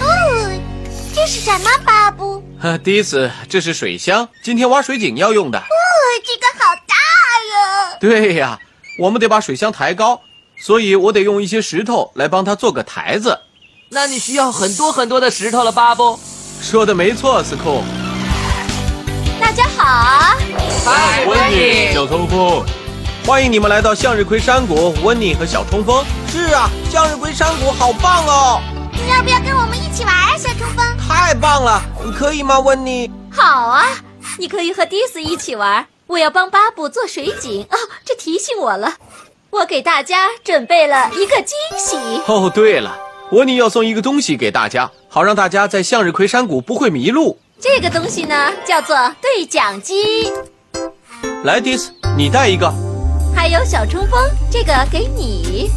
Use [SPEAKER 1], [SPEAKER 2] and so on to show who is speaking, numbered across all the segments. [SPEAKER 1] 哦，这是什么，巴布？
[SPEAKER 2] 啊，第一次，这是水箱，今天挖水井要用的。
[SPEAKER 1] 哦，这个好大呀！
[SPEAKER 2] 对呀，我们得把水箱抬高，所以我得用一些石头来帮它做个台子。
[SPEAKER 3] 那你需要很多很多的石头了，巴布。
[SPEAKER 2] 说的没错，司空。
[SPEAKER 1] 大家好，
[SPEAKER 3] 嗨
[SPEAKER 2] 温妮、小冲锋，欢迎你们来到向日葵山谷。温妮和小冲锋，
[SPEAKER 4] 是啊，向日葵山谷好棒哦，
[SPEAKER 1] 你要不要跟我们一起玩啊，小冲锋？
[SPEAKER 4] 太棒了！你可以吗，温妮？
[SPEAKER 5] 好啊，你可以和迪斯一起玩。我要帮巴布做水井哦，这提醒我了。我给大家准备了一个惊喜，
[SPEAKER 2] 哦，对了，温妮要送一个东西给大家，好让大家在向日葵山谷不会迷路。
[SPEAKER 5] 这个东西呢叫做对讲机，
[SPEAKER 2] 来，迪斯，你带一个。
[SPEAKER 5] 还有小冲锋，这个给你。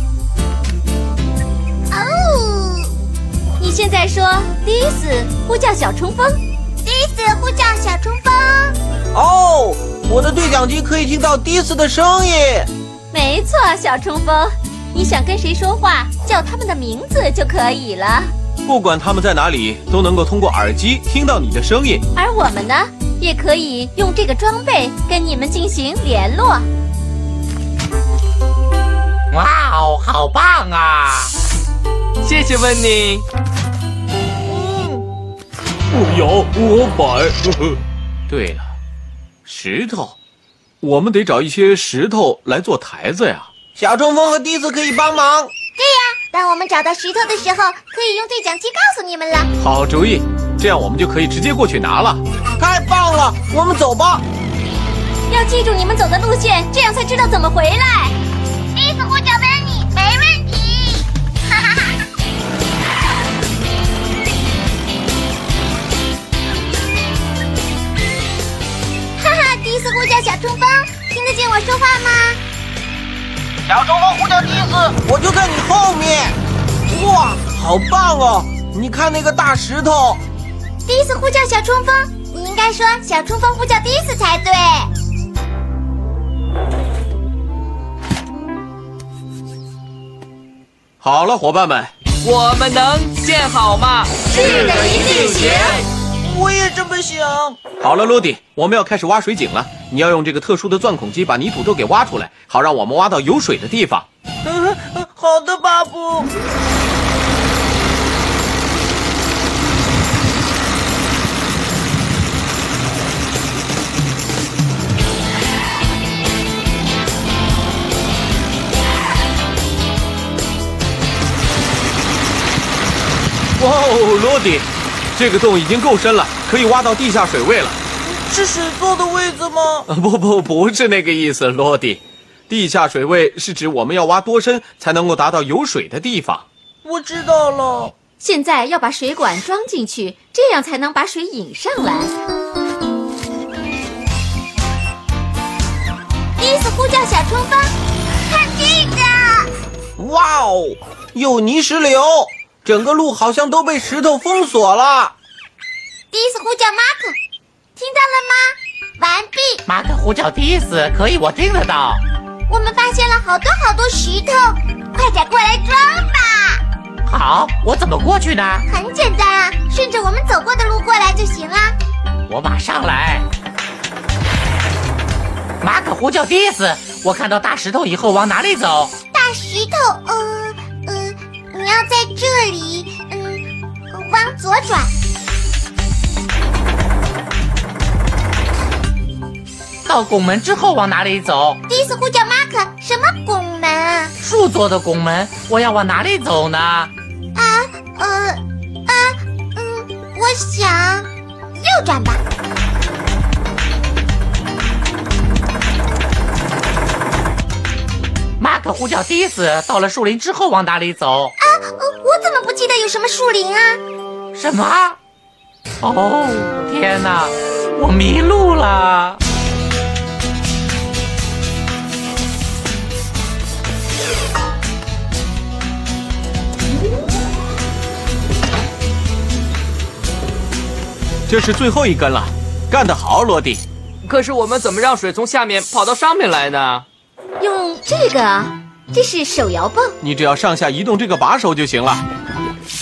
[SPEAKER 1] 哦，
[SPEAKER 5] 你现在说迪斯呼叫小冲锋，
[SPEAKER 1] 迪斯呼叫小冲锋，
[SPEAKER 4] 哦，我的对讲机可以听到迪斯的声音。
[SPEAKER 5] 没错，小冲锋，你想跟谁说话，叫他们的名字就可以了。
[SPEAKER 2] 不管他们在哪里，都能够通过耳机听到你的声音。
[SPEAKER 5] 而我们呢，也可以用这个装备跟你们进行联络。
[SPEAKER 3] 哇哦，好棒啊！谢谢温妮。
[SPEAKER 2] 我摇，我摆。对了，石头，我们得找一些石头来做台子呀。
[SPEAKER 4] 小冲锋和迪斯可以帮忙。
[SPEAKER 1] 当我们找到石头的时候，可以用对讲机告诉你们了。
[SPEAKER 2] 好主意，这样我们就可以直接过去拿了。
[SPEAKER 4] 太棒了，我们走吧。
[SPEAKER 5] 要记住你们走的路线，这样才知道怎么回来。
[SPEAKER 1] 迪斯呼叫温妮，没问题。哈哈哈。哈哈，迪斯呼叫小冲锋，听得见我说话吗？
[SPEAKER 4] 小冲锋呼叫迪斯，我就在你后面。哇，好棒哦！你看那个大石头，
[SPEAKER 1] 迪斯呼叫小冲锋，你应该说小冲锋呼叫迪斯才对。
[SPEAKER 2] 好了，伙伴们，
[SPEAKER 3] 我们能建好吗？
[SPEAKER 1] 是的，一定行。
[SPEAKER 4] 我也这么想。
[SPEAKER 2] 好了，罗迪，我们要开始挖水井了。你要用这个特殊的钻孔机把泥土都给挖出来，好让我们挖到有水的地方。
[SPEAKER 4] 嗯，嗯好的，巴布。
[SPEAKER 2] 哇哦，罗迪，这个洞已经够深了，可以挖到地下水位了。
[SPEAKER 4] 是水做的位子吗？
[SPEAKER 2] 呃 不不，不是那个意思，罗迪。地下水位是指我们要挖多深才能够达到有水的地方。
[SPEAKER 4] 我知道了。
[SPEAKER 5] 现在要把水管装进去，这样才能把水引上来。
[SPEAKER 1] 迪斯呼叫小冲锋，看这个，
[SPEAKER 4] 哇哦，有泥石流，整个路好像都被石头封锁了。
[SPEAKER 1] 迪斯呼叫马可，听到了吗？完毕。
[SPEAKER 6] 马可呼叫迪斯，可以，我听得到。
[SPEAKER 1] 我们发现了好多好多石头，快点过来装吧！
[SPEAKER 6] 好，我怎么过去呢？
[SPEAKER 1] 很简单啊，顺着我们走过的路过来就行了。
[SPEAKER 6] 我马上来。马可呼叫迪斯，我看到大石头以后往哪里走？
[SPEAKER 1] 大石头，呃呃，你要在这里，嗯、往左转。
[SPEAKER 6] 到拱门之后往哪里走？
[SPEAKER 1] 迪斯呼叫马可，什么拱门啊？
[SPEAKER 6] 树做的拱门，我要往哪里走呢？
[SPEAKER 1] 啊，呃，啊，嗯，我想右转吧。
[SPEAKER 6] 马可呼叫迪斯，到了树林之后往哪里走？
[SPEAKER 1] 哦啊，呃我怎么不记得有什么树林啊？
[SPEAKER 6] 什么？哦，天哪，我迷路了！
[SPEAKER 2] 这是最后一根了，干得好，罗迪。
[SPEAKER 7] 可是我们怎么让水从下面跑到上面来呢？
[SPEAKER 5] 用这个啊，这是手摇泵。
[SPEAKER 2] 你只要上下移动这个把手就行了，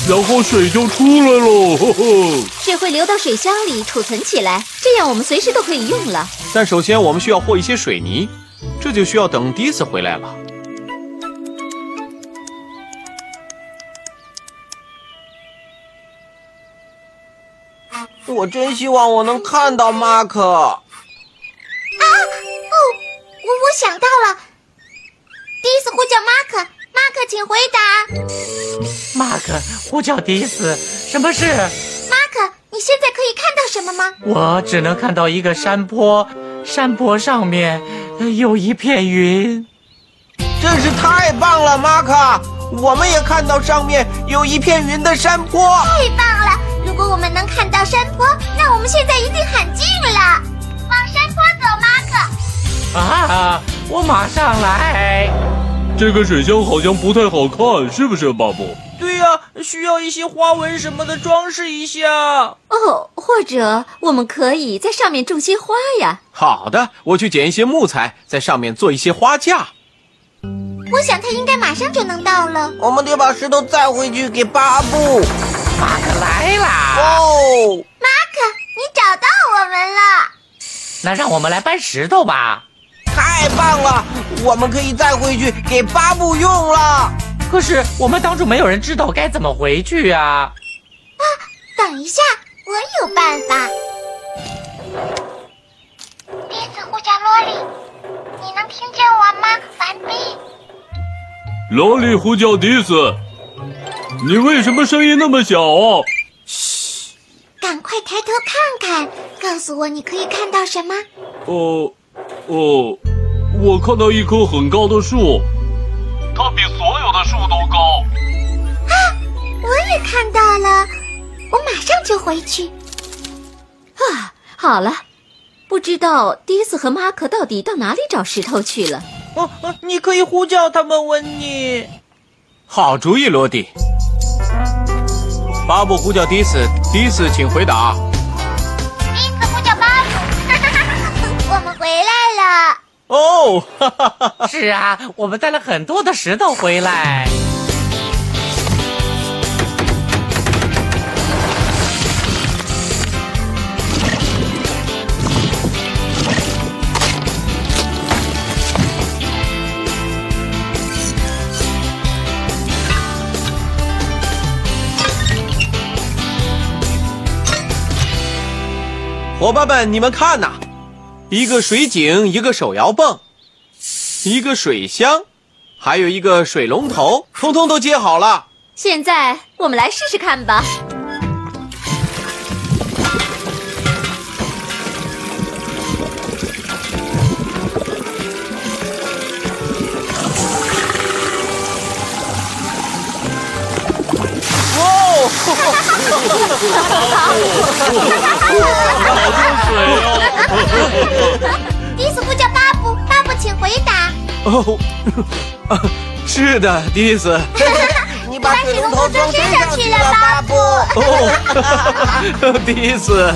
[SPEAKER 2] 然后水就出来喽。呵呵
[SPEAKER 5] 水会流到水箱里储存起来，这样我们随时都可以用了。
[SPEAKER 2] 但首先我们需要和一些水泥，这就需要等迪斯回来了。
[SPEAKER 4] 我真希望我能看到马克。
[SPEAKER 1] 我我想到了，迪斯呼叫马克，马克，请回答。
[SPEAKER 6] 马克呼叫迪斯，什么事？
[SPEAKER 1] 马克，你现在可以看到什么吗？
[SPEAKER 6] 我只能看到一个山坡，山坡上面呃有一片云。
[SPEAKER 4] 真是太棒了，马克！我们也看到上面有一片云的山坡。
[SPEAKER 1] 太棒了！如果我们能看到山坡，那我们现在一定很近了。往山坡走，马克。
[SPEAKER 6] 啊！我马上来。
[SPEAKER 7] 哎
[SPEAKER 2] 这个水箱好像不太好看，是不是，巴布？
[SPEAKER 4] 对呀、需要一些花纹什么的装饰一下。
[SPEAKER 5] 哦，或者我们可以在上面种些花呀。
[SPEAKER 2] 好的，我去捡一些木材，在上面做一些花架。
[SPEAKER 1] 我想他应该马上就能到了。
[SPEAKER 4] 我们得把石头带回去给巴布。
[SPEAKER 6] 马克来啦！
[SPEAKER 4] 哦，
[SPEAKER 1] 马克，你找到我们了。
[SPEAKER 6] 那让我们来搬石头吧。
[SPEAKER 4] 太棒了！我们可以带回去给巴布用了。
[SPEAKER 6] 可是我们当初没有人知道该怎么回去啊。
[SPEAKER 1] 等一下，我有办法。第一次呼叫萝莉，你能听见我吗？完毕。
[SPEAKER 2] 萝莉呼叫迪斯，你为什么声音那么小啊？
[SPEAKER 1] 赶快抬头看看，告诉我你可以看到什么？
[SPEAKER 2] 哦，哦，我看到一棵很高的树，它比所有的树都高。
[SPEAKER 1] 我也看到了，我马上就回去。
[SPEAKER 5] 啊，好了，不知道迪斯和马可到底到哪里找石头去了。
[SPEAKER 4] 哦，哦你可以呼叫他们吻你。
[SPEAKER 2] 好主意，罗迪。巴布呼叫迪斯，迪斯，请回答。
[SPEAKER 1] 第一次呼叫巴布， 我们回来了。
[SPEAKER 2] 哦，哈哈哈哈
[SPEAKER 6] 是啊，我们带了很多的石头回来。
[SPEAKER 2] 伙伴们，你们看呐，一个水井，一个手摇泵，一个水箱，还有一个水龙头，通通都接好了。
[SPEAKER 5] 现在我们来试试看吧。
[SPEAKER 1] 第一次呼叫巴布，巴布请回答。
[SPEAKER 2] 哦，啊是的，迪斯。
[SPEAKER 4] 你把水龙头装身上去了，巴布。
[SPEAKER 2] 哦，迪斯。